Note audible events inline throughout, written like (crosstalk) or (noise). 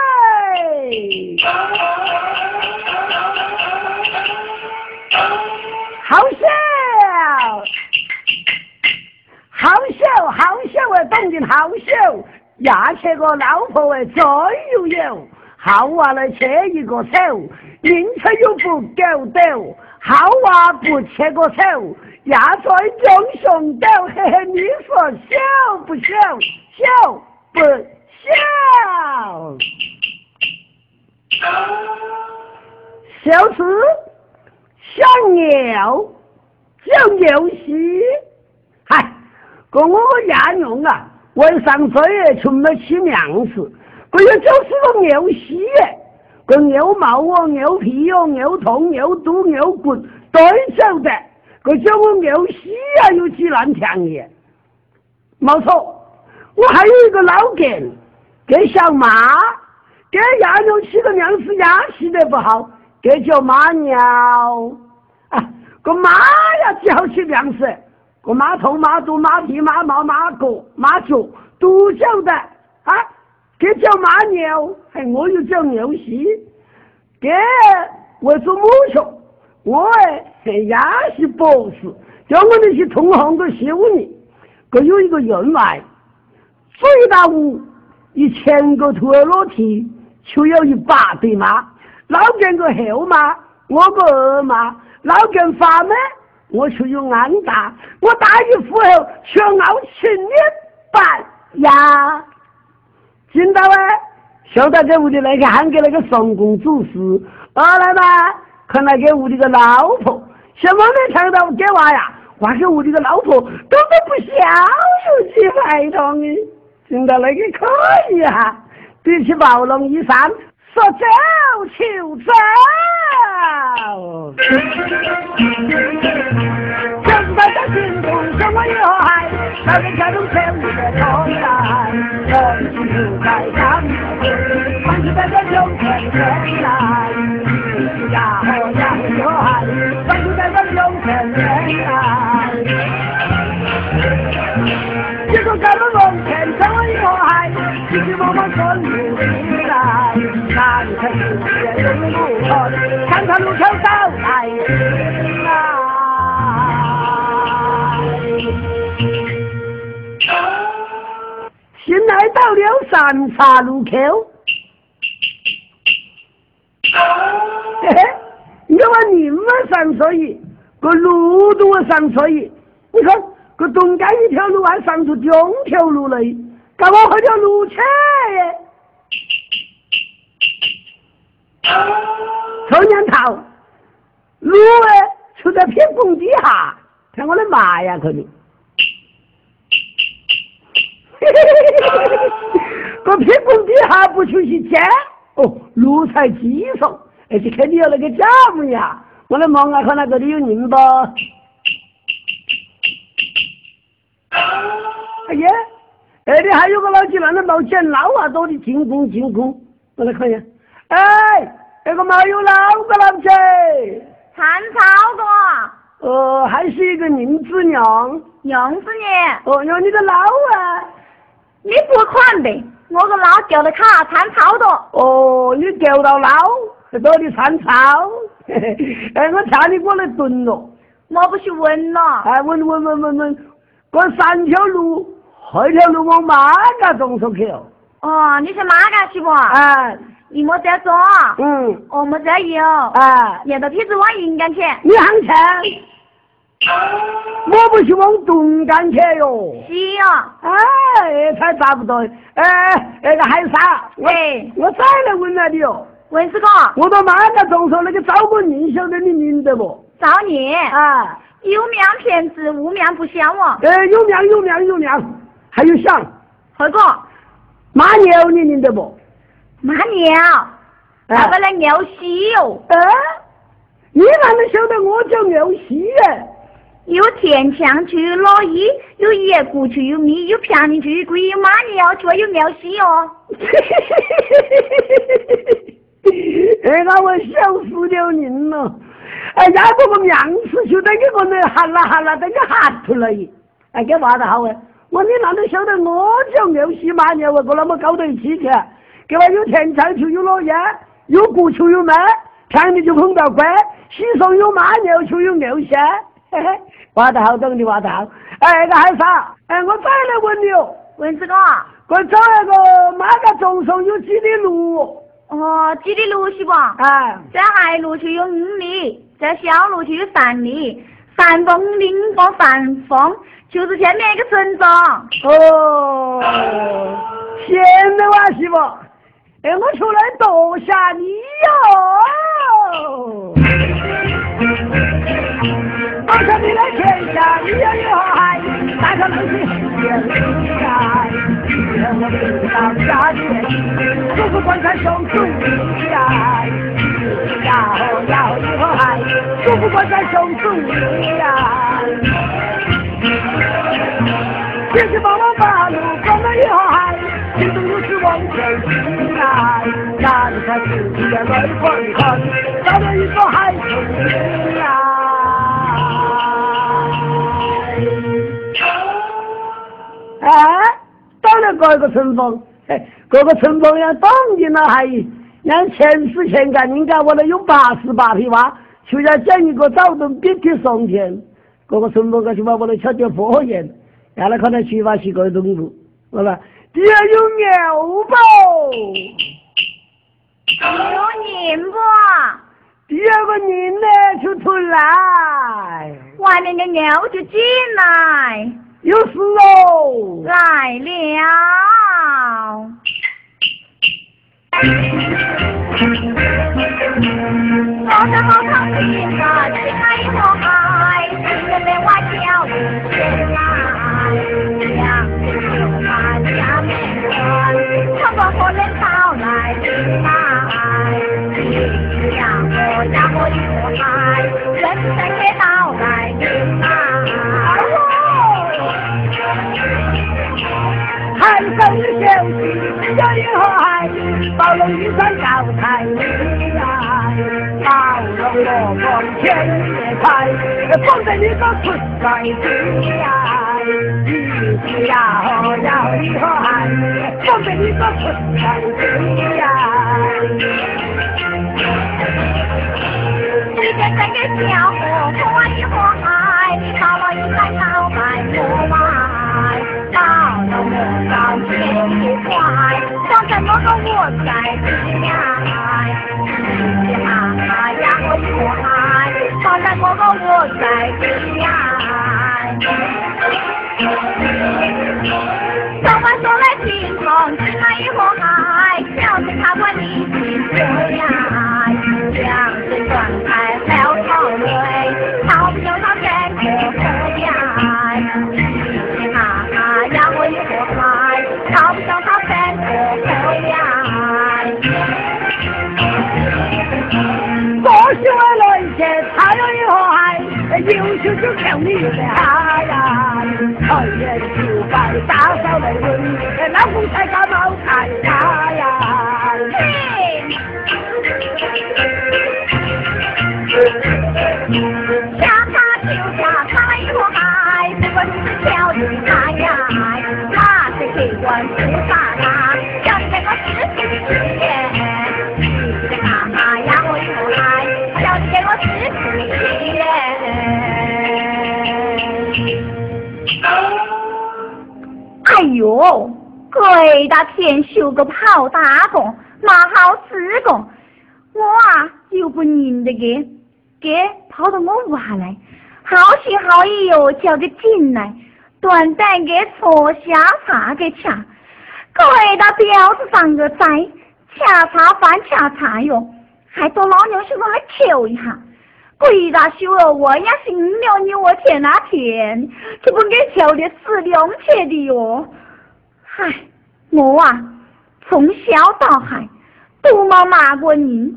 Ahoy! Háo秀，好秀，好秀啊！东京好秀，廿七個老婆啊，左右右，好話嚟扯一個手，年出又不夠鬥，好話不扯個手，也在掌上斗，嘿嘿，你說笑不笑？笑不笑？小子，像牛，像牛屎。嗨，講我個牙娘啊，我上嘴啊，全部起名字，佢又就是個牛屎嘅，個牛毛啊、牛皮啊、牛筒、牛肚、牛骨都收的，佢將個牛屎啊要指難聽嘅，冇錯。我還有一個老梗，給小馬，給牙牛起個名字，牙起得不好，給叫馬鳥。啊，個馬呀，只好起名字，個馬頭、馬肚、馬蹄、馬毛、馬狗、馬腳都叫的啊，給叫馬鳥，嘿，我又叫牛屎，給我做母親，我嘿也是博士，叫我那些同行都笑你，佢有一個人來。最大屋一千個陀螺梯，就有一百匹馬。老跟個後馬，我個二馬，老跟花馬，我就有俺打。我打一副後，卻咬青一半呀。今到哎，小大哥屋里那個喊給那個宋公主是，啊二來嘛，看那個屋里個老婆，什麼沒看到給娃呀？話說我這個老婆根本不想有去排檔的，真的那個可以啊！比起暴龍一散，說走就走。真的在心中什麼有害，那個家中全部的偷來，我就在想，凡是在這中間人來，呀吼呀有害，凡是在這中間人來。一个干了龙天，成为祸害，一个我们春雨时来，南城人路村，看看路桥走来人啊。先来到了三岔路口，嘿嘿， (laughs) 我问你们上所以，个路都上所以，你看。个中间一条路还上出两条路来，干嘛还条路去？臭年头，路哎出在偏公底下，看我的妈呀，可你！ (laughs) 个偏公底下不出去捡，哦，路才棘手，哎而且看你有那个家务呀，我的妈啊，看那个里有人不？哎呀，哎，你还有个老几乱的毛捡老啊，多的进攻进攻，我来看一下。哎，那个毛有老个老子，蚕草哥，呃，还是一个林子娘。杨子呢？哦哟，你个老啊！你不看呗，我个老掉的卡蚕草哥，哦，你钓到老，多的蚕草。 (laughs) 嘿嘿哎，我瞧你过来蹲了。我不去问了。哎，问问问问问，过三条路，后条路往马家种出去哦。哦，你是哪个去不？哎，你莫在做，啊嗯，我没在有，哎。沿着梯子往银干去。你行钱，我不去往东干去哟。是哦，哎，才差不多。哎，那个还有啥？我喂，我再来问下你哟。文师哥，我到马家种树那个招过人，晓得你明白不？找你，啊，有命骗子，无命不相哦。哎，有粮有粮有粮，还有想何哥，马牛，你明白不？妈鸟，哎那个来牛屎哦，哎，你哪能晓得我叫牛西耶？有田墙去老衣，有野谷去有米，有平林去有龟，有妈鸟去有牛屎哦。 (laughs) 哎，那我笑死了您了！哎，要不我样子就等于我那哈啦哈啦，等于喊出来。哎，给娃子好哎！我你哪能晓得我叫牛西马牛啊？我那么搞到一起去，给我有田场球，有老爷，有谷球，有麦，田里就碰到乖，西上有马牛球，有牛些。嘿嘿，娃子好，懂的娃子好。哎，那个还啥？哎，我再来问你哦。文子哥，啊我找那个马个种上有几里路，哦，几里路是不？啊，在海路去有五里，在小路去有三里，山峰林峰山峰，就是前面一个村庄。哦，现在哇媳妇，哎，我出来躲下你哟，躲下你来天下你呀哟嗨，大个老爷让我知道家里，祖父官山上住呀，要要哟嗨，祖父官山上住呀。谢谢帮忙把路管得又嗨，心中都是往前进来，站在自己的门缝看，找到一个孩子哎，到了这个村风，哎，这个村风要动静了还，俺前世前干，人家我那有八十八匹娃，就要建一个早顿别去上天，这个村风个就把我那吃点佛烟，原来看到七八十个东路，我了，第二有牛包，有人不？啊第二个人呢就出来，外面的牛就进来，有事喽。来了。早上好康醒着，睁开一口海，人人来挖叫天来，呀，不把家门关，唱个好人到来进来，呀，我家我一口海，人在街道来进来。寒风的消息，叫人和海，暴龙一山高台来，暴龙我往前也开，放在你个出来进来，一起呀和要一和海，我给你个纯情呀！一阵阵的小火泼一火海，到了一山高满不满，到了我高天一块，我怎么和我在一呀？呀呀，我一火海，我怎么和我在一呀？上班说来听风，只看一火海，要是他管你心这样，两只转开了头尾，逃不掉他真不可呀。啊啊，让我一火海，逃不掉他真不可呀。我是为了一切才有一河海，有时就求你的爱呀。哎呀，就该打扫哎卫生，老公才敢冒菜家呀。下他就下他一锅海，只管是小鱼他呀，那是给官不打他，叫你那个死死死耶！哈哈呀，我一锅海，叫你给我死死死耶！哎呦，鬼打天修个跑打工，拿好自工，我啊又不认得给，给跑到我屋下来，好心好意哟叫个进来，短暂给搓下茶给吃，鬼打婊子上个灾，吃茶饭吃茶哟，还到老娘身上来瞧一下。鬼大修了我呀，是你了你我天哪天，这不给瞧的死两切的哟！嗨，我哦啊，从小到海都没骂过人，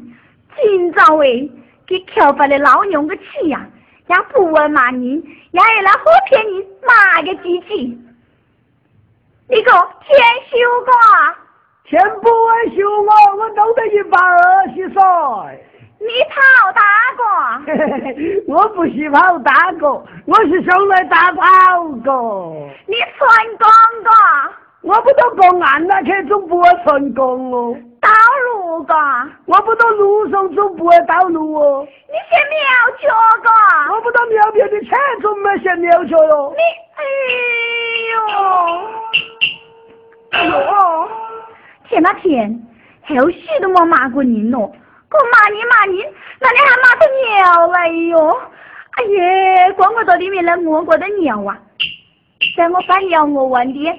今朝哎给瞧发的老娘个气呀、也不问骂人，也爱来好骗人骂个几句。你个天修哥啊，前不问修我，我弄得一百二十岁。你跑打过，我不是跑打狗，我是上来打跑狗。你穿光过，我不到公安那去做不成功哦，道路过。我不到路上做不道路哦，你是没有觉过？我不到苗边的车做没些苗车哟你。哎呦，哎呦！天哪天，后续都没骂过人咯，我骂你骂你，那你还骂到鸟来哟？哎呀，光我到里面来我我的鸟啊！在我把鸟我完的，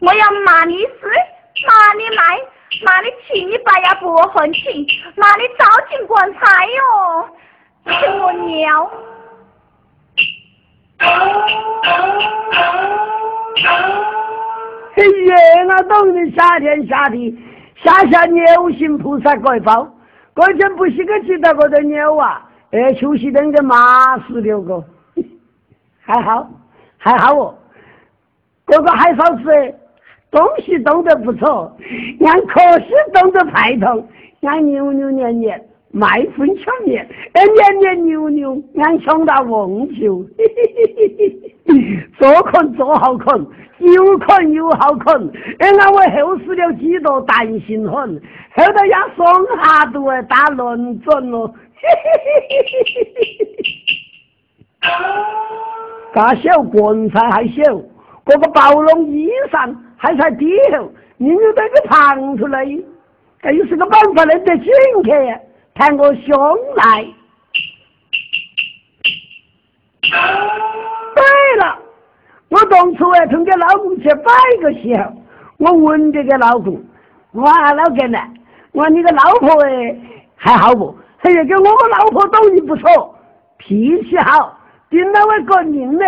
我要骂你死，骂你埋，骂你去你爸也不恨去，骂你早进棺材哟！是我鸟。嘿耶，哎我懂得夏天下地，下下牛心菩萨盖包，关键不是个知道我的牛啊，哎，休息等个马死了个， (laughs) 还好，还好哦，这个海嫂子东西懂得不错，俺可是懂得派头，俺扭扭捏捏。卖分抢年，哎，年年牛牛，俺想到望秋，嘿嘿嘿嘿嘿。 (laughs) 左看左好看，右看右好看，哎，俺为后死了几多担心很，后头也双下都会打乱转咯， (laughs) 嘿嘿嘿嘿嘿嘿嘿。家小棺材还小，嗰个暴龙衣裳还在地后，你就得个弹出来，哎这又是个办法来得进去，弹我上来。对了，我当初啊同个老公去拜个时候，我问这个老公，我说老公呢，我说你个老婆哎还好不？哎呀，跟我个老婆东西不错，脾气好，顶到我过人的，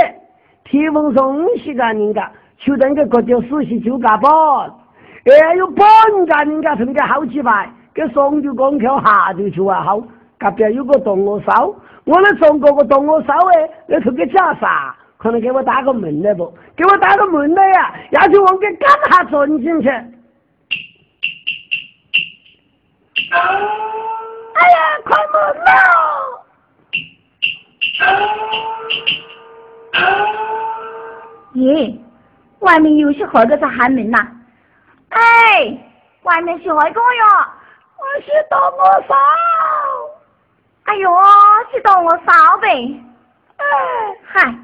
提风送西个人家，求人家各就四十九个半，哎有半个人家同个好几百，给送就光桥下就去啊好。隔壁有个动我手，我那中国个动我手哎，你同佢叫啥？可能给我打个门来不？给我打个门来呀、也要去往给干下钻进去。哎呀，快门了！耶，外面有些猴子在喊门呐、哎哎，外面是海哥哟，我是多么少？哎呦，是动我烧呗。哎，嗨，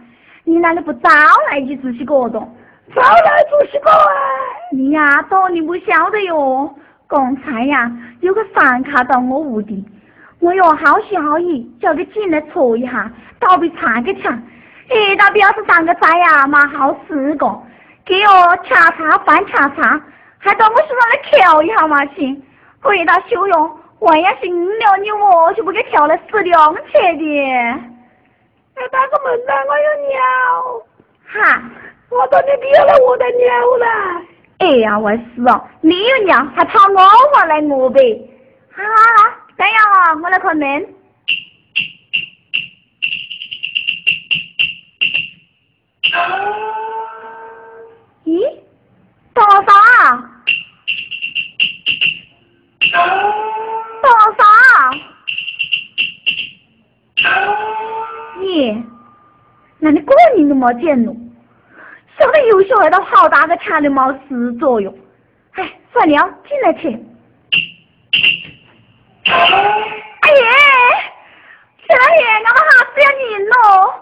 你哪里不早来去吃些果冻？早来做些个哎。啊你呀，多你不晓得哟。刚才呀，有个饭卡到我屋里，我哟好心好意叫他进来坐一下，倒杯茶给吃。哎，他表示上个菜呀蛮好吃个，给我吃茶饭吃茶，还到我身上来瞧一下嘛去。可以他羞哟，万要是你了你我就不给瞧了死两去的。哎，打个门呐，我有尿，哈，我到你憋了我的尿了。哎呀，我是哦，你有娘还跑我屋来我呗。好好好，等一下啊，我来开门。咦，多少啊？多少啊？咦，那你过年都没见侬？小的有小孩到好大个厂里没事做哟。哎，算了，进来去。哎爷，小老爷，我们好死要人喽！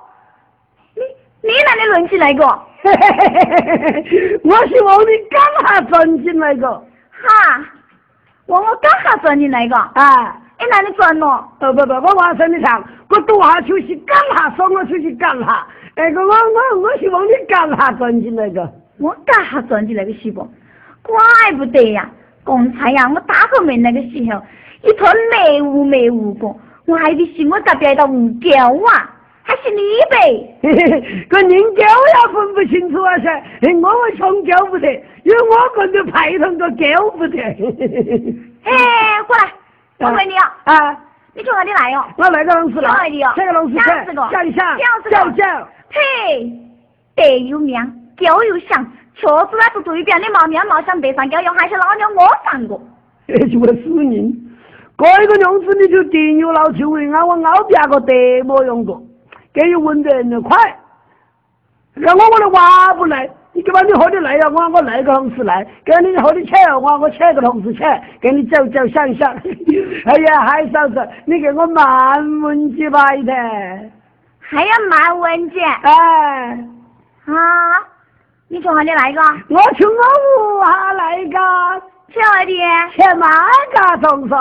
你你哪里轮起来个？嘿嘿嘿嘿嘿嘿我是往你干哈钻进来个？哈，我我刚好钻进来个，啊，哎哪里钻咯？呃不不不，我往身里上，我多下出去干哈，说我出去干哈。哎，我我我我是往你干哈钻进来个？ (laughs) 我刚好钻进来个西不？怪不得呀，刚才呀，我打开门那个时候，一团迷雾迷雾个，我还以为是我隔壁的五狗啊，还是你呗？嘿嘿嘿，个人狗也分不清楚啊噻，嘿我会唱狗不得，因为我跟着排同个狗不得。 (laughs) 嘿嘿嘿嘿哎，过来，我问你啊，啊，你从哪里来哟、哦我来个龙是哪来里哦，这个龙是这样子个叫一下这样子，个叫叫。呸！白有名，狗有响，确实那是对边的毛面毛像白上狗，又还是老娘我上过。那就会死人。这个样子你就定有老机会，俺我后边个得没用过，给你问得人快。让我我的娃不来，你给把你好的来呀，我我来个同事来，给你好的钱，我我请个同事请，给你走走想想。哎呀，还嫂子，你给我慢问几百的，还要买文件哎，啊？你从哪里来个？我请我屋下来个，亲爱的，请马家同上，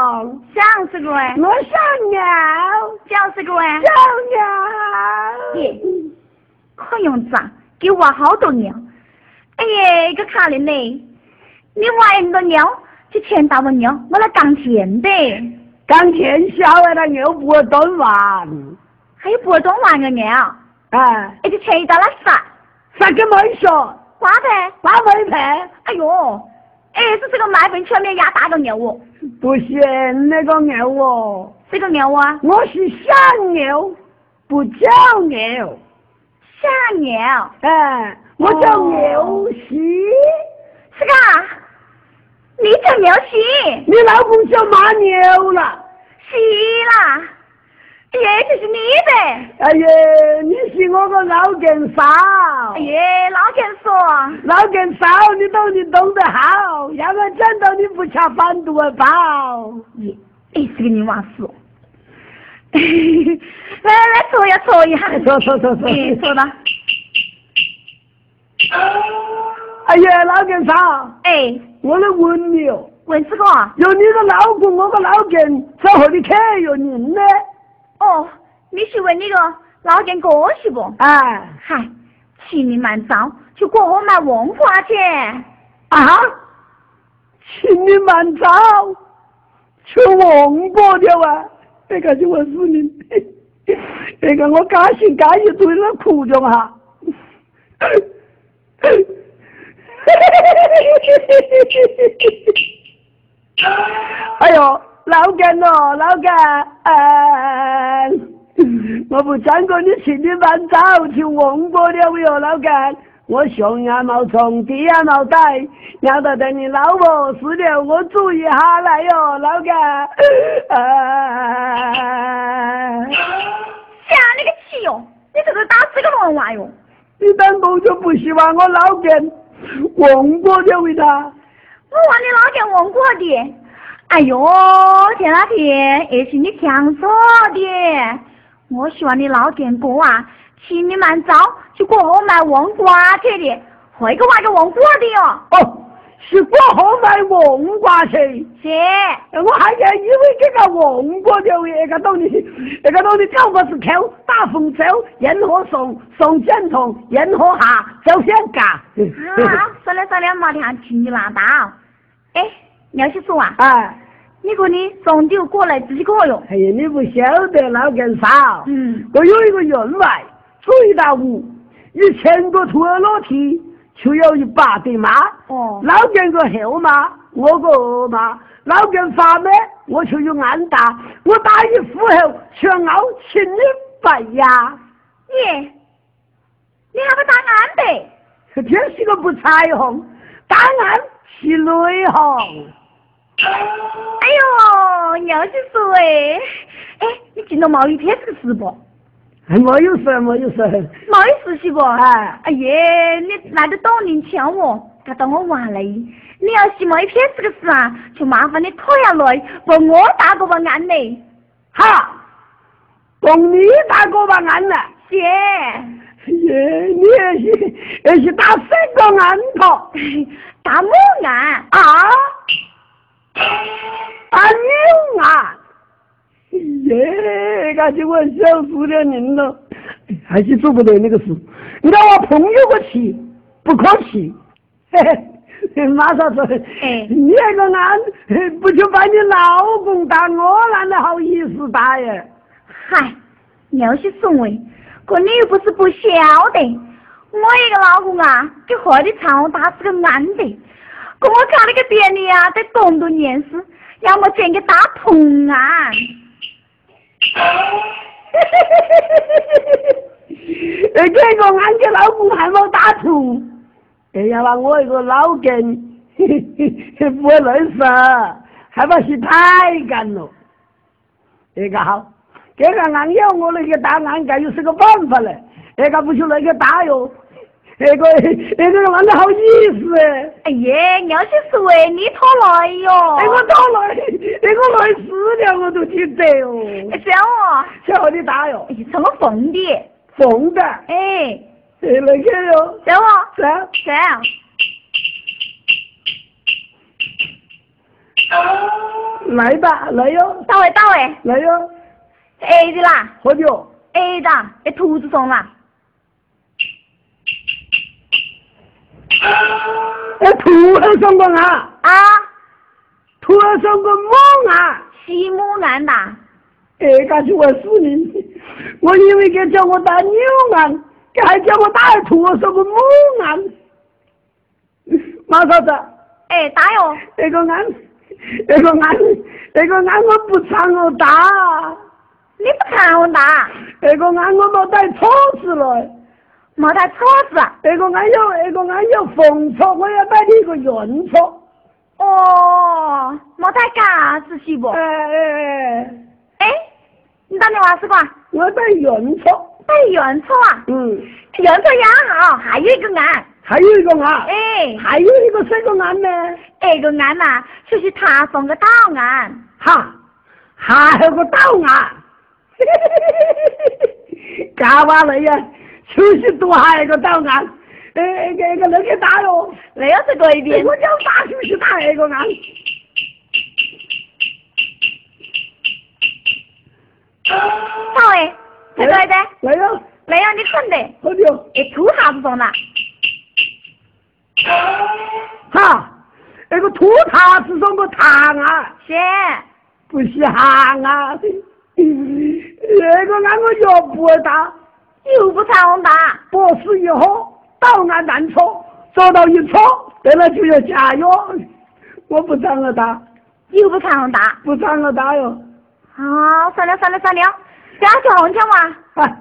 上次个哎我，想要。就是个哎，小鸟，嗯看样子啊，给我好多鸟。哎呀，个卡里呢？你挖那个鸟，就钱打我鸟，我来钢钱呗。刚天下来了牛不炖完，还有波中玩个鸟，哎，哎，这钱一打了啥？啥个没说，瓜呗。把没赔。哎呦，哎，是这个买本全面压打个鸟哦，不是那个牛哦，这个鸟 (laughs) 啊，我是小牛，不叫牛，吓鸟，哎，我叫牛西，是个，你叫鸟西。你老公叫马牛了。是啦，哎呀，这是你呗。哎呀，你是我个老根嫂，哎呀，老天说，老根嫂，你懂你懂得好，要不然见到你不吃饭都会跑。耶，哎，这个女娃是哦。来来来，搓一下，搓一下，说说说说。哎，搓吧。哎呀，老根嫂，哎，我来问你哦，问啊这个，有你个老公，我个老根，怎和你去有人呢？哦，你是问那个老天哥是不？哎，嗨，去年蛮早去过河买文化去。啊，请你慢走，去王婆的哇，啊那个就我死你， (laughs) 那个我高兴高兴对那哭着 (laughs) 哈。哎呦，老根哦，老根，呃，我不想过你请你慢走，去王婆了哟，老根。我熊也冇虫，地也冇带，要到等你老婆死了，我注意下来哟，老根。呃，吓你个气哟！你这是打死个乱娃哟！你当初就不希望我老根王婆了为他？我往你老家问过的。哎呦，天哪天，也是你想错的。我希望你老点过啊，请你们早去过后买黄瓜去的，回去挖个黄瓜的哟。哦，是过河买黄瓜去。是， (laughs) 我还以为这个黃瓜就一個當年，一個當年周不是口，大鳳爪，引可上，上尖堂，引可下，就相架。啊，算了算了，没听听你乱道。哎，廖叔叔啊，啊，你个呢，中午过来几个哟？ (laughs) 哎呀，你不曉得老根少，嗯，我有一個原來最大户，一千個土老梯，就有一百對馬。哦，老人個後嘛，我個後嘛，老人發咩，我就要眼大，我打一斧後上咬千一百呀，你，你还不打俺呗？這是個不彩虹，打眼是內行，哎呦，廖叔叔哎，哎，你进到贸易片这个事不？沒有事沒有事，贸易事是不？哎，哎耶，你来得当年抢我，他当我玩嘞。你要是没一撇这个事啊，就麻烦你退下来，把我打个把眼嘞。哈，共你打個把眼啦，姐，耶，你也是也是打四個眼頭打木眼，啊，打啊六眼。耶，哎感觉我笑死了您了，还是做不得那个事。你让我朋友过去，不客气。嘿嘿，马上说，哎你那个俺不就把你老公打我了，哪好意思打呀？嗨，又是送哎，可你又不是不晓得，我一个老公啊，就活的长大是个男的，可我看那个店里啊，在东都年事，要么捡个大棚啊。 (laughs) 呃，这个俺的老公还没打土，哎呀嘛，我一个老 (laughs) 根，嘿嘿嘿不会累死，还不是太干了。这个好，这个俺要我那个打俺家又是个办法嘞，这个不就那个打哟，这 (laughs) 个这个俺的好意思哎。哎呀，要是是为你讨来哟。哎，我到了，哎，我累 (laughs) 死了，我都记得哟。 (laughs) 这样哦，叫我的打哟，是怎么缝的？疯的，哎，哎，那个哟，这样哦，走。这样。来吧，来哟，到位到位，来哟，哎的啦，喝酒。哎的，哎兔子松啦。哎，土儿送过俺，啊，土儿送过梦啊！西木兰的，哎，敢是我死你！我以为给叫我打牛俺，给还叫我打土儿送个梦俺。马嫂子，哎打哟，那个俺，那个俺，那个俺我不唱我打，你不看我打，那个俺我没带草子来，没带车子。那个俺有，那个俺有风草，我要带你一个圆草。哦，没带架子是不哎？哎哎，哎，你到底话是吧？我带圆草。带圆车啊，嗯，圆车也好，还有一个俺，还有一个俺。哎。还有一个是个男的，哎，个俺呐，就是他送个到俺。哈，还有个倒 (laughs) 啊，干完了呀，就是多还有个倒啊，哎，这个那个打哟，哎那又是这一边。我叫打就是打那个俺，好哎，对对对，哎来哟，那样你肯的，喝酒，哎，土啥子送啦？哈，那个土塔是什么塔啊？是，不是哈啊， (laughs) 那个俺我要不打，又不长大，博士以后到俺南错，找到一错，得了就要加药。我不长了大，又不长大。不长了大哟。好，算了算了算了，不要去红墙哇。啊，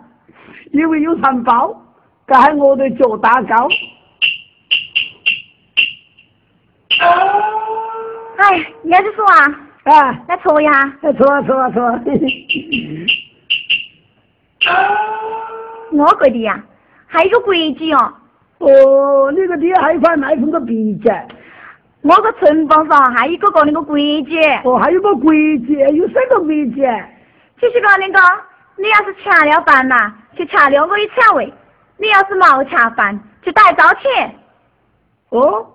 因为有蚕包，这还我的脚打高。哎，你要是说啊，啊，来抽呀，哎错啊错啊错啊！ (laughs) 我觉得呀，还有一个规矩哦。哦，那个爹还怕买成个鼻子。哎我个存房上还有一个个那个规矩，哦，还有个规矩，有什么规矩？就是讲那个，你要是抢了饭呐，就抢了我一千位；你要是没抢饭，就带着钱。哦，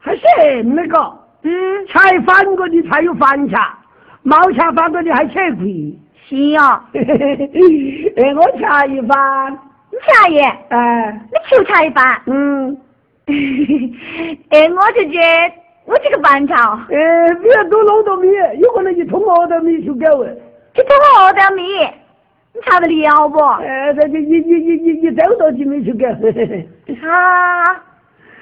还什么个？嗯，才翻过你才有翻茶，没茶翻过你还吃亏。是哦，嘿嘿嘿嘿 (laughs) 哎，我茶一番，你抢也，哎，你求抢一半。嗯， (laughs) 哎，我就觉我这个饭炒，哎，不要多弄到米，有可能一桶二斗米就够了。这多我点米，你炒得了不？哎，这就一一一一一斗到几米就够。嘿嘿嘿啊，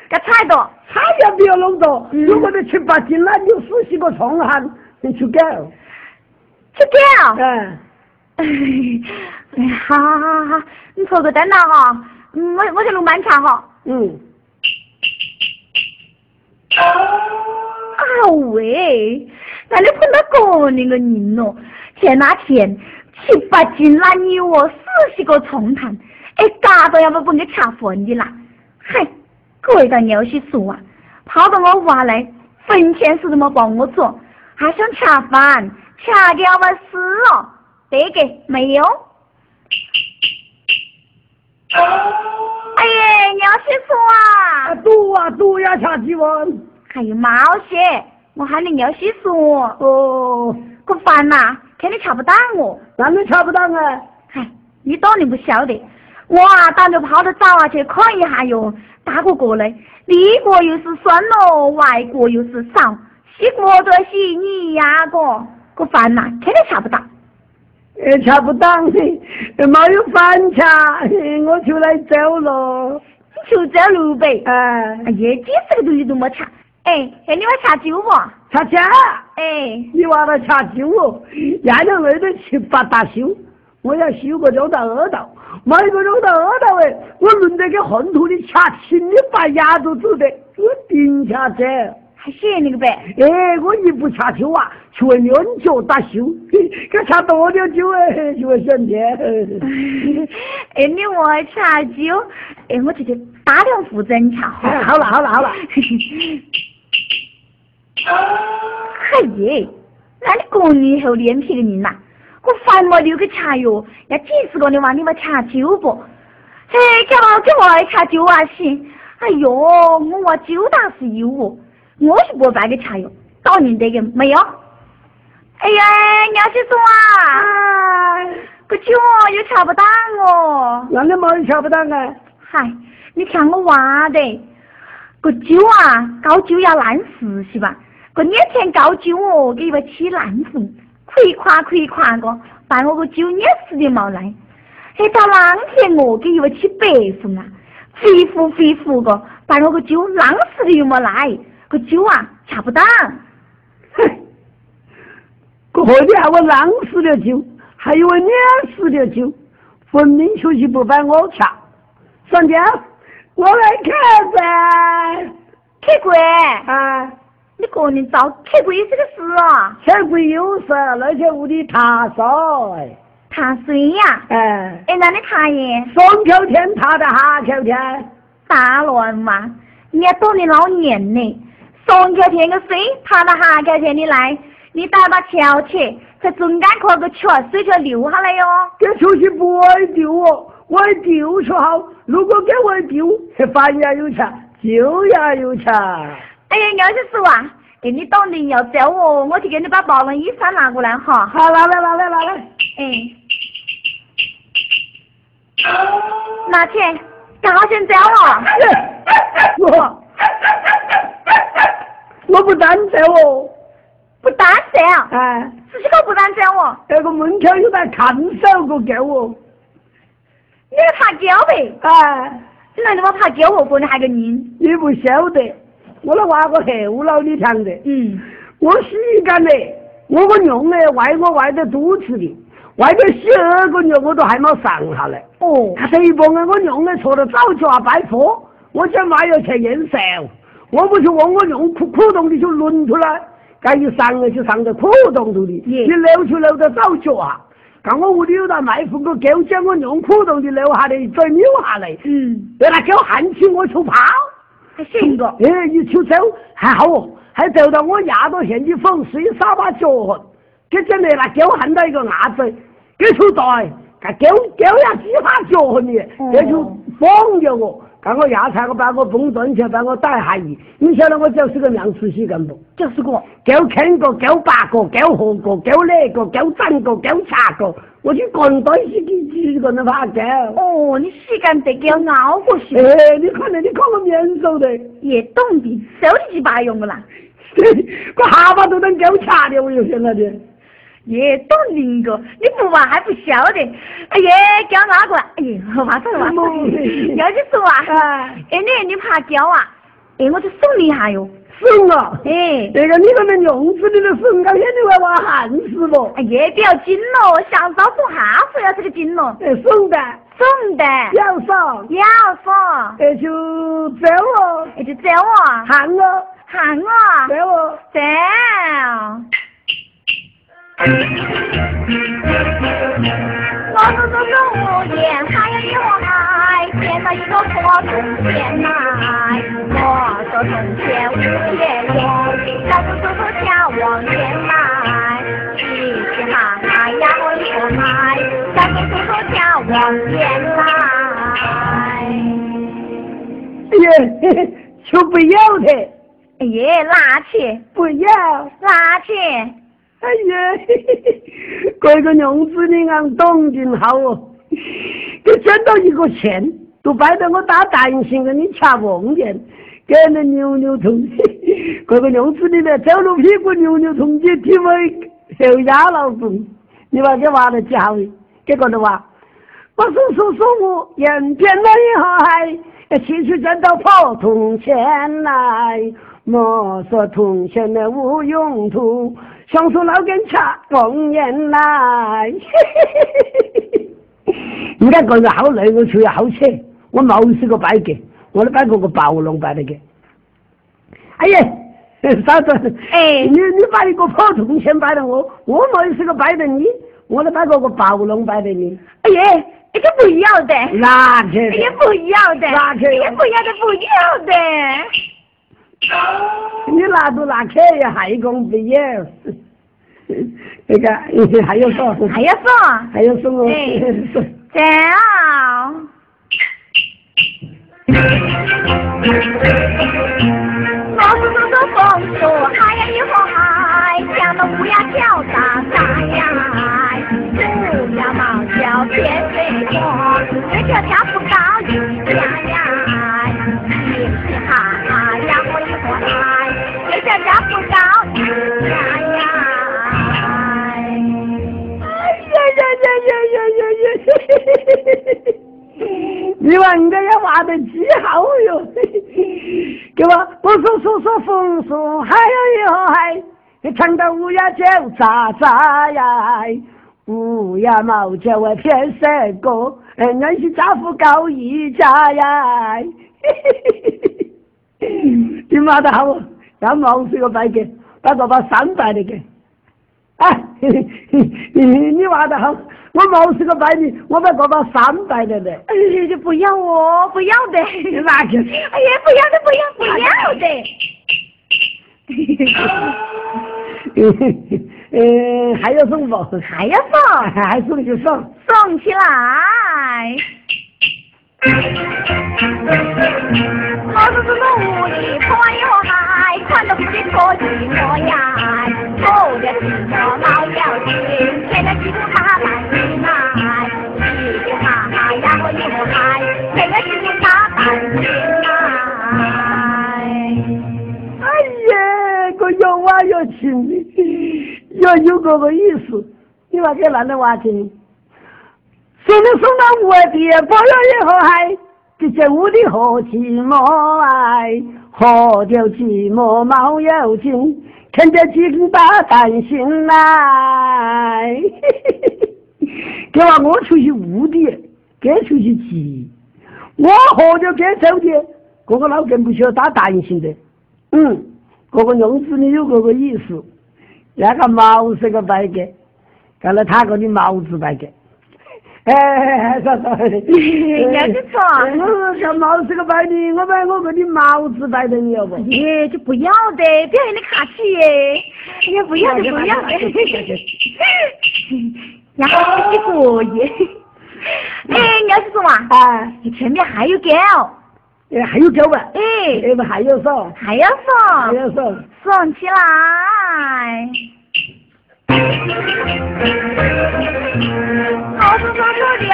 个菜多，菜也不要哎弄多，如果你七八斤了，你有四十个重汉你就够。吃 (laughs) 掉。哎，哎，好好好好，你坐个等等哈，嗯我我去弄慢茶哈。嗯，啊喂，那你碰到这样个人咯？前那天七八斤那你我四十个重盘，哎，嘎都要不把你吃昏的啦！嗨，这个牛是说啊，跑到我娃来，分钱事都没帮我做，还想吃饭，吃给我们死哦！别给没有。哎呀，牛师傅啊啊，！赌啊赌呀，吃几碗。还有毛些，我喊你牛西说，哦，可烦呐、啊肯定吃不到我。那你吃不到啊？嗨，哎你当然不晓得，我啊打着跑着找啊去看一下哟，打过过来，里国又是酸咯，外国又是少，西国的西你呀个，可烦呐、肯定吃不到。呃，吃不到，嘿没有饭吃，嘿我出来走了。你就走路呗。哎哎，呀，几十个东西都没吃，哎，那你还吃酒不？吃吃，哎，你娃娃吃酒哦，伢娘为了七八大修，我要修个六到二道，没个六到二道哎，我轮得个混土里吃青的把牙都走的，我顶下子。还谢那个呗。 (laughs) 哎，我一不吃酒啊，就会两脚打 (laughs) 修，嘿这吃多了酒哎，就会想 (laughs) 钱。哎，你我茶酒，哎，我直接打两副针茶。哎好了好了好 (laughs) 了。哎耶，那你过年后脸皮的人呐、我烦嘛留个茶哟，要几十个的话，你们茶酒不？嘿，干嘛给我来茶酒啊行？哎哟，我话酒打是有哦，我是不办个茶哟，到你这个没有。哎呀，杨师傅啊，个酒哦又查不到哦。那你没有吃不到啊？嗨，你看我娃的，个酒啊，高酒要烂事是吧？个两天高酒哦，给我起烂事，亏垮亏垮个，把我个酒捏死的没来。嘿，到浪天我给我起白风啊，恢复恢复个，把我个酒浪死的又没来，个酒啊吃不到。哼， (laughs) 过后你还我浪死了酒，还有我撵死了酒，分明就是不把我吃。上家，我来看噻。铁棍，啊，你个人遭铁棍这个事啊，钱归有事，那些屋里塌少哎，谈谁呀？哎，哎，那你谈耶？上口天塌的下口天，大乱嘛，你还懂你老年呢？上脚天个水，爬到下脚天的来，你打到桥去，在中间靠个桥，水就流下来哟。这出去不爱丢哦，我丢说好，如果给我丢，饭也有吃，酒也有吃。哎呀，杨师傅啊，哎，你当定要走哦，我去给你把保暖衣裳拿过来哈。好，拿来拿来拿来。哎，拿去，赶快先走哦。我我不担责哦，不打走，哎，只是个不敢走哦，那个门口有台看守个狗哦，你个怕狗呗？哎，你那你么怕狗哦，不你还个人？你不晓得，我那娃个后脑里躺的，嗯，我洗干的，我个娘呢，怀我怀在肚子里，怀到十二个月我都还没上下来，哦。他这一帮啊，我娘呢坐到早家摆佛，我想买药吃延寿，我不是往我娘裤裤洞里就抡出来，该一上啊就上到裤洞头里，耶你溜就溜到早家啊。讲我屋里有台埋伏个狗，将我娘裤洞里溜下来，再扭下来，嗯。被那狗喊起我出跑，还剩个。哎，你去走还好哦，还走到我牙都陷起风水沙把脚痕，佢真係嗱狗痕到一個牙仔，佢出袋，佢狗狗也只怕腳痕嘅，哦佢就放咗我，咁我牙刷我把我封短錢，把我帶下兒，你曉得我就是個娘出息咁不？就是我，狗啃過，狗八過，狗河過，狗呢過，狗真過，狗擦過，我去趕袋自己煮個那怕狗。哦，你是敢得给我熬过去，哎，你看你，你看我面熟的。也冻的，手几把用不啦？ (laughs) 个下巴都能够掐的，我有现在的。也冻的个，你不玩还不晓得。哎呀，叫哪个？哎呀，娃子娃子，要去说啊。哎，哎，你你怕叫啊？哎，我就送你一下哟。送 (laughs) 啊！哎，这个你可能用死你的送，到现在还玩焊死不？哎呀，不要紧咯，想招送哈子要这个紧咯，哎，送的送的要上，要送，哎就走哦，哎就这我焊哦，喊我走哦。走。我走走走五年，还有一窝爱，见到一个破铜钱来，我说铜钱无钱用，老子走走家往前来，一起行来呀我一个来，老子走走家往前来。耶，嘿嘿哎 (laughs) 就不要的，哎呀，拿去，不要。拿去，哎呀，嘿嘿嘿 (laughs) 这个娘子你俺懂真好哦，你赚到一个钱，都摆得我大担心给你吃饭钱，给那扭扭痛， (laughs) 嘿这个娘子你来走路屁股扭扭痛，你体会受压劳动，你把这娃来教的，结果的话，我叔叔说我人变了以后还七去赚到破铜钱来。莫说铜钱的无用途，想说老根茶红颜来。 (laughs) 而家講到口裏，我處有口車，我冇試過擺嘅，我都擺過個暴龍擺嚟嘅。哎呀， (laughs) 稍等，哎你你擺你個破銅錢擺到我，我冇試過擺到你，我都擺過個暴龍擺到你。哎呀，哎这不要的，哎那去的，呀不要的，拿去哎呀不要的不要的，哎你拿都拿去呀，還講不要？ (laughs) 那 (laughs) 個還要說。还要送，还有什么？哎 (laughs) 走。我是走走风俗，海呀一河海，想到乌鸦叫喳喳呀，不要毛叫天飞过，这条条不高一家呀，一起哈呀我一河海，这条条不高一家呀。哎呀呀呀呀呀呀呀！你话人家要画得几好哟， (laughs) 对吧？我说说说风说，嗨哟哟嗨，你唱到乌鸦叫喳喳呀，乌鸦毛叫我偏色歌，人家是家父高一家呀， (laughs) 你妈的好哦，要毛是个白给，把爸爸三百的给。哎， (laughs) 你话得好，我冇是个白的，我把我把三百的嘞，哎呀，不要哦，不要的，哎那去，呀，不要的，不要，不要的， (laughs) 嗯，还要送不？还要送，还送就送，送起来。老子是个无力穿哟哎海，穿的不是个寂寞呀，后边是个老妖精，现在几个大男人来，一个哈哈呀我一个嗨，现在几个大男人来。哎呀，个要娃要亲的，要有这个意思，你把这男的娃亲，送你送到我的朋友以后还。这些屋的好寂寞哎，喝掉寂寞没有劲，看着几斤大担心来。 (laughs) 给娃我出去屋的，给出去急，我喝掉给走的，这个老根不需要打担心的。嗯，这个娘子你有这个意思，那个毛是个白给，看来他给你毛子白给。 (laughs) 哎，啥啥？ (laughs) 人家就说我嗯小帽子个摆的，我把我们的帽子摆的，你要不？哎，就不要的，表演的客气耶。哎呀，不要的， (laughs) 不要的。 (laughs) 然后一个耶。哎，你要是说嘛，啊，你前面还有狗，哦哎还有狗吧？哎，哎，不还有手，还要还送，有手。送起来。好处说说流行，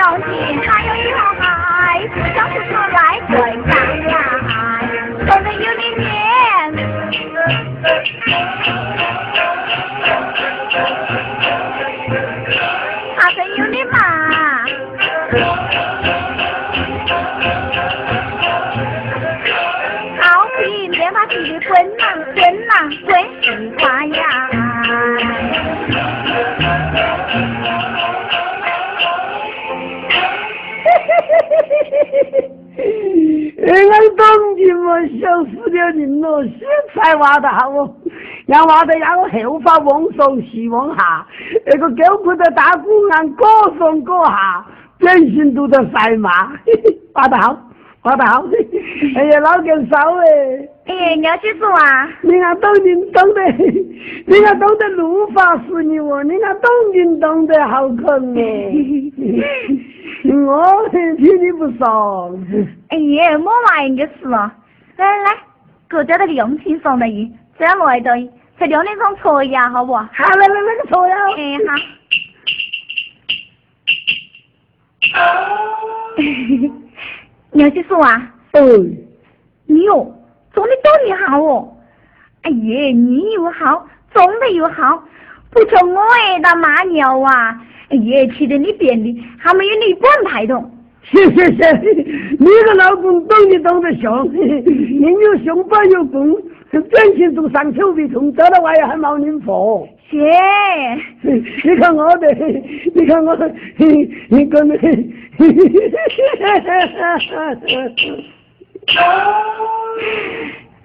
还有一条海，小兔子来滚荡呀，走的有点远。爬得有点慢，好比棉花皮的滚呐滚呐滚西瓜呀。 (laughs) 哎，俺懂的嘛，想死了人咯，身材娃得好哦，俺娃得让我后发往上细往下，那个狗不得大鼓俺各上各下，典型都得晒嘛，嘿嘿， (laughs) 娃得好，娃得好，嘿嘿哎呀，老根骚哎，哎，你要记住啊。你俺懂的懂得，你俺懂得路法是你哦，你俺懂的懂得好坑哦， (laughs) 我 (laughs) 听你不爽。哎呀，莫玩人家事了。来来，各家的凉亭上来一，这样来的，在凉亭上坐一下，好不？好，来来来，个抽呀！哎好。杨叔叔啊，嗯，你哟，种的都你好哦。哎呀，你又好，种的又好，不像我哎，大妈鸟啊，哎呀，吃的你变的，还没有你半排头。谢谢谢，你个老公懂你懂得凶，人有凶本有功，典型都上口鼻痛，得了娃也还冒人婆。姐，你看我的，你看我，你跟的，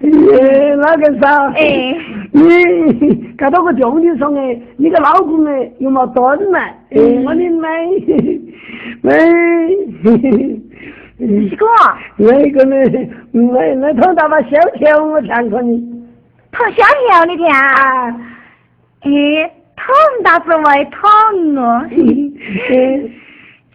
耶， (laughs) 那个啥，哎， (laughs) 你搞到个重点上哎，你个老公哎有矛盾嘛？哎，我的妹， (laughs) 妹，七哥，那个呢，那那头大把小钱我看看 (laughs) 你，烫小条的天。哎，痛倒是会痛哦，哎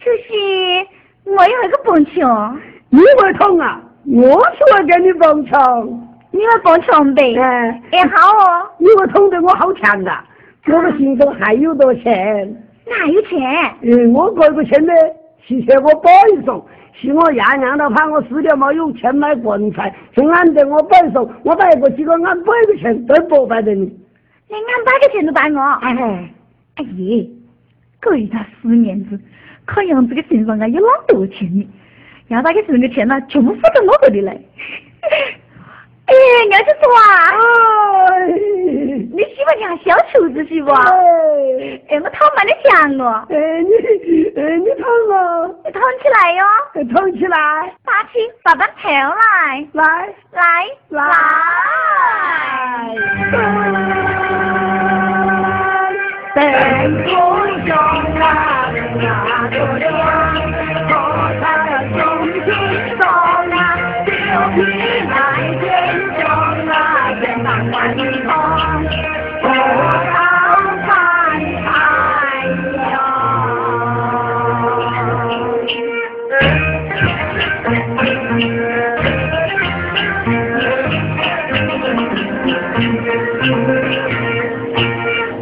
就是我有一个蹦床，你会痛啊？我是会给你蹦床，你们蹦床呗？哎，哎，好哦，你会痛得我好强啊的，我的行头还有多钱？哪有钱？嗯，我这个钱呢，是说我摆送，是我爷娘的怕我死了没有钱买棺材，是俺得我摆送，我摆个几个俺摆个钱都不摆的你。连俺爸的钱都把我。哎，哎耶，给他死面子，看样子个身上啊有老多钱呢，要他给身上的钱呢、全部付到我这里来。 (laughs) 哎，娘就说啊，你喜欢像小厨子是不？哎，哎，我讨蛮的讲哦，哎你哎你疼吗？你躺起来哟、疼起来，八七爸爸头来，来。来来来。本不用啊，那不了，我的兄弟走啊，牛皮来英雄啊，人满关头，不好看哎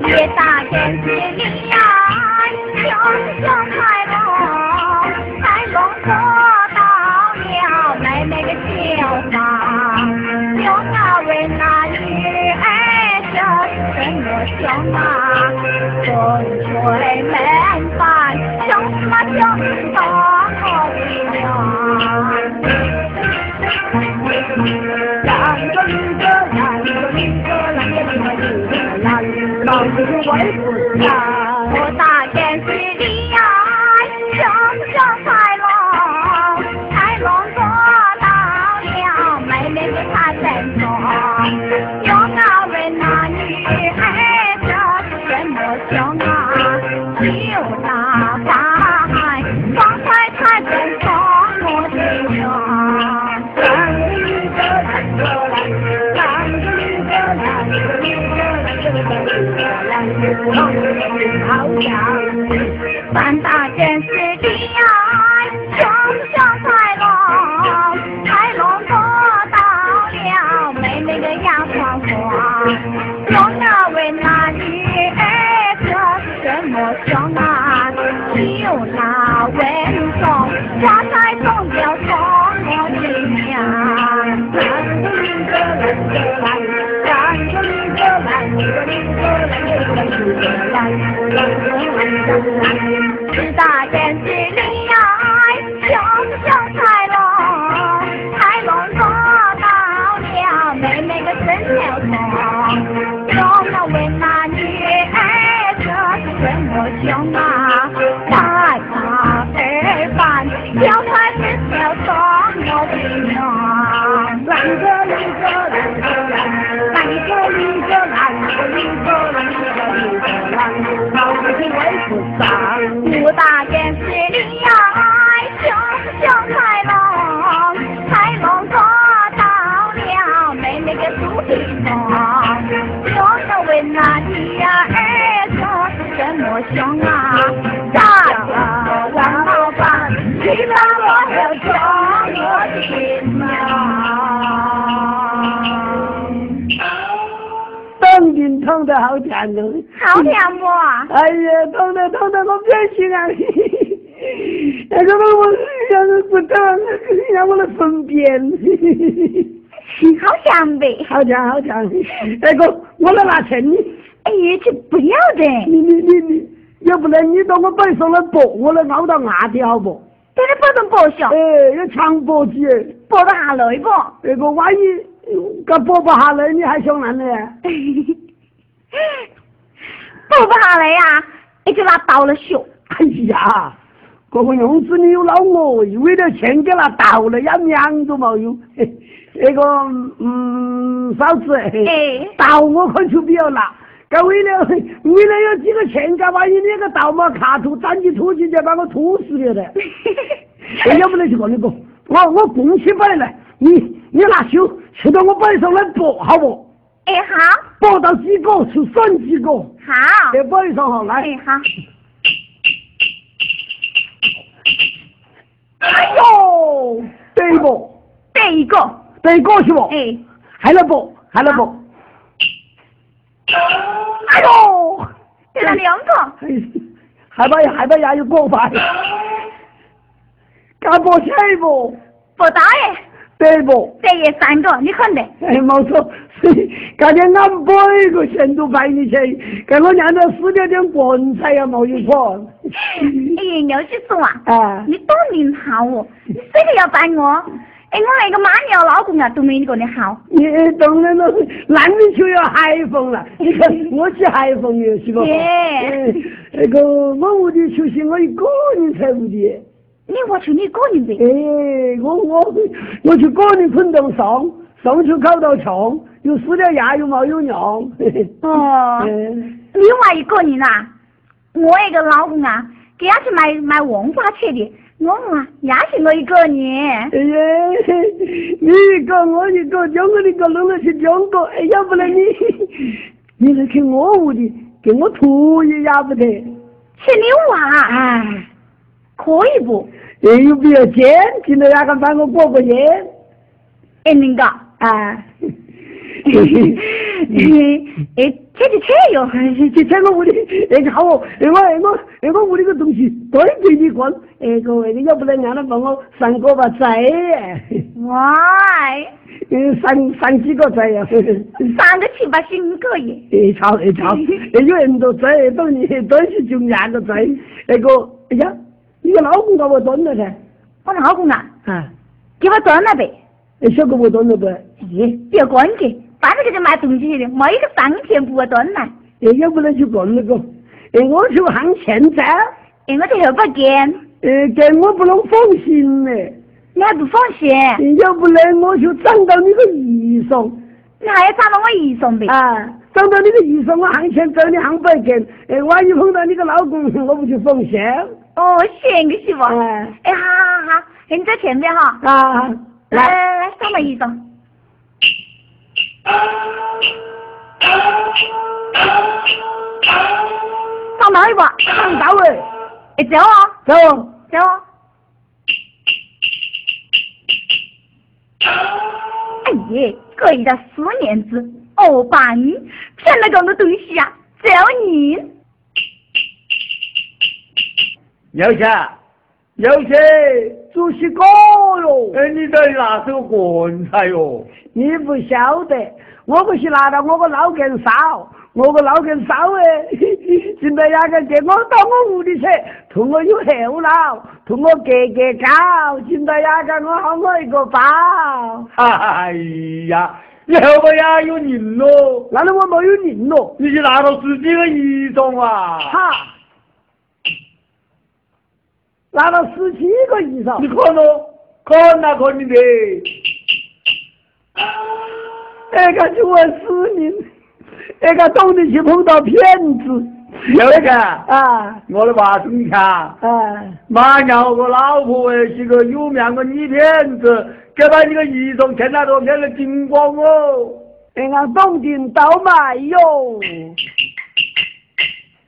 也大天子里呀，英雄太猛，太猛得到了妹妹的绣房，有那位那女儿这是我兄啊，春水门板，兄啊兄到后两个一个，两个一个，两个一个，两个老子为不上。呀，我大天子里呀，雄雄赛龙，赛龙做到了妹妹的他身中，有那问那女儿这是什么凶啊？就那番三大件事的爱，想想才龙，才龙做到了妹妹的牙框框，有那位那女儿哎这是什么香啊？有那文松，花在中了从我的是大人是你 dạ 爱，小小才龙，才龙做到了妹妹的真了头，有那为那女儿这是什么凶啊？大牙二板，小孩子小装有病 à. 啊！啷个啷个啷个啷，啷个啷个啷个啷个啷个啷，老子的为不上。武大人是你爱，熊熊豺龙，豺龙做到了妹妹的肚皮上，我可问那你呀儿子是什么熊啊？大哥，王老板，你把我要装我的心当今痛得好惨哦！好甜不？哎呀，痛得痛得我变心啊！ (laughs) 那个把我哎让我滚到让哎我的身边，好香呗！好强好强！那个哎我来拿钱，你哎呀，这不要得，你你你，要不然你当我背上来搏，我来咬到牙的好不？但是不能报销，哎，要强搏起，报得下来不？那个哎万一个搏不下来，你还想哪呢？报不下来呀，你就拿刀了削。哎呀，这个样子你又老我，为了钱给他倒了，一命都没有。嘿那个嗯，嫂子，哎倒我看出不要啦。这为了为了要几个钱，这万一那个倒毛卡土站起出去就把我吐死 (laughs) 了的。哎要不然就讲你个，我我公去背了，你你拿手手到我背上来搏好不？哎，好，搏到几个就算几个，好，在背上好来。哎，好，哎呦，对不？这一个，对过去不？哎，还来不？还来不？哎呦，这了两个，哎还把还把牙又过牌，干不起不？不打哎，对不？这也三个，你看的。哎，没错，感觉俺背个钱都排你去，给我娘的十点点棺材也没有破。哎呀，牛叔叔啊，啊，你当年好哦，你谁都要拜我。哎，我那个妈娘老公啊，都没你个你好。你当然了，男的就要海风了。你看我去海风了，是不？耶哎那个我屋里出去，我一个人才屋里。你我求你个人呗。哎，我我我去个人困到上，上去靠到床，又死了牙又没有 (laughs) 娘。嘿嘿哦，嗯另外一个人啊，我那个老公啊，给他去买买黄瓜去的，我啊也是我一个人。哎呀，你一个我一个，两个你个弄了去两个，哎，要不然你 (laughs) 你来去我屋里给我吐一下不得？去你娃，啊。可以不？也有比较尖，今天那个帮我过过年哎，明哥， (laughs) 啊。哎，去就去哟。就在我屋里，那哎个好哦，那个那个那个屋里个东西都给你管，哎那个那个要不然让他帮我上个把仔， (laughs) 喂，嗯，上上几个仔呀？三个七八十五个耶。一超一超，有人多仔，都你都是就廿个仔，那个哎呀，你个老公搞我蹲了噻，我老公啊，啊，给我端了呗。小个我蹲了不？咦，别管去，反正给他买东西去的，没一个三天不会端来。哎，要不然就管那个，哎，我就喊钱仔。哎，我这又不见，呃，给我不能放心呢，你还不放心？要不然我就长到你个衣裳你还要找到我衣裳呗？啊，长到你个衣裳，我行前走你行北跟，哎，万一碰到你个老公，我不就放心哦，行个媳妇。哎哎，好好好，哎你在前面哈。啊？来来，来来，上了衣裳。哪一把？上到位，哎，走啊，走，走啊！哎耶，鬼的死年子，欧巴你骗了咁多东西啊！走你！有啥？有些主席哥哟，哎，你在拿手棺材哟？ (laughs) 你不晓得，我不是拿到我个老根烧，我个老根烧哎， (laughs) 现在伢个给我到我屋里去，同我有后脑，同我格格高，现在伢个我好我一个包，哎呀，你后边呀有人咯，那里我没有人咯，你去拿到自己的衣裳啊！哈，拿了十七个衣裳你，看咯，看哪看你的？那个就我死命，那个懂得去碰到骗子，有啥？啊我的话听下，啊。妈娘我老婆哎是个有名的女骗子，给把你个衣裳骗那都骗了精光哦。人家冻顶倒卖哟，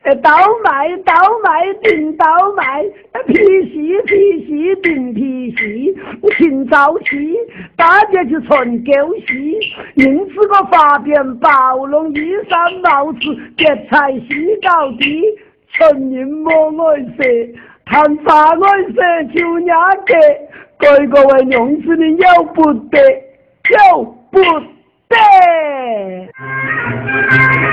哎，倒卖倒卖顶倒卖，皮鞋皮鞋顶皮鞋，挺早起，大家去存狗戏，因此我发便暴龙衣衫帽子，劫财洗到底，纯人摸我舌，谈花我舌求雅格，各个为娘子你有不得，有不得。啊！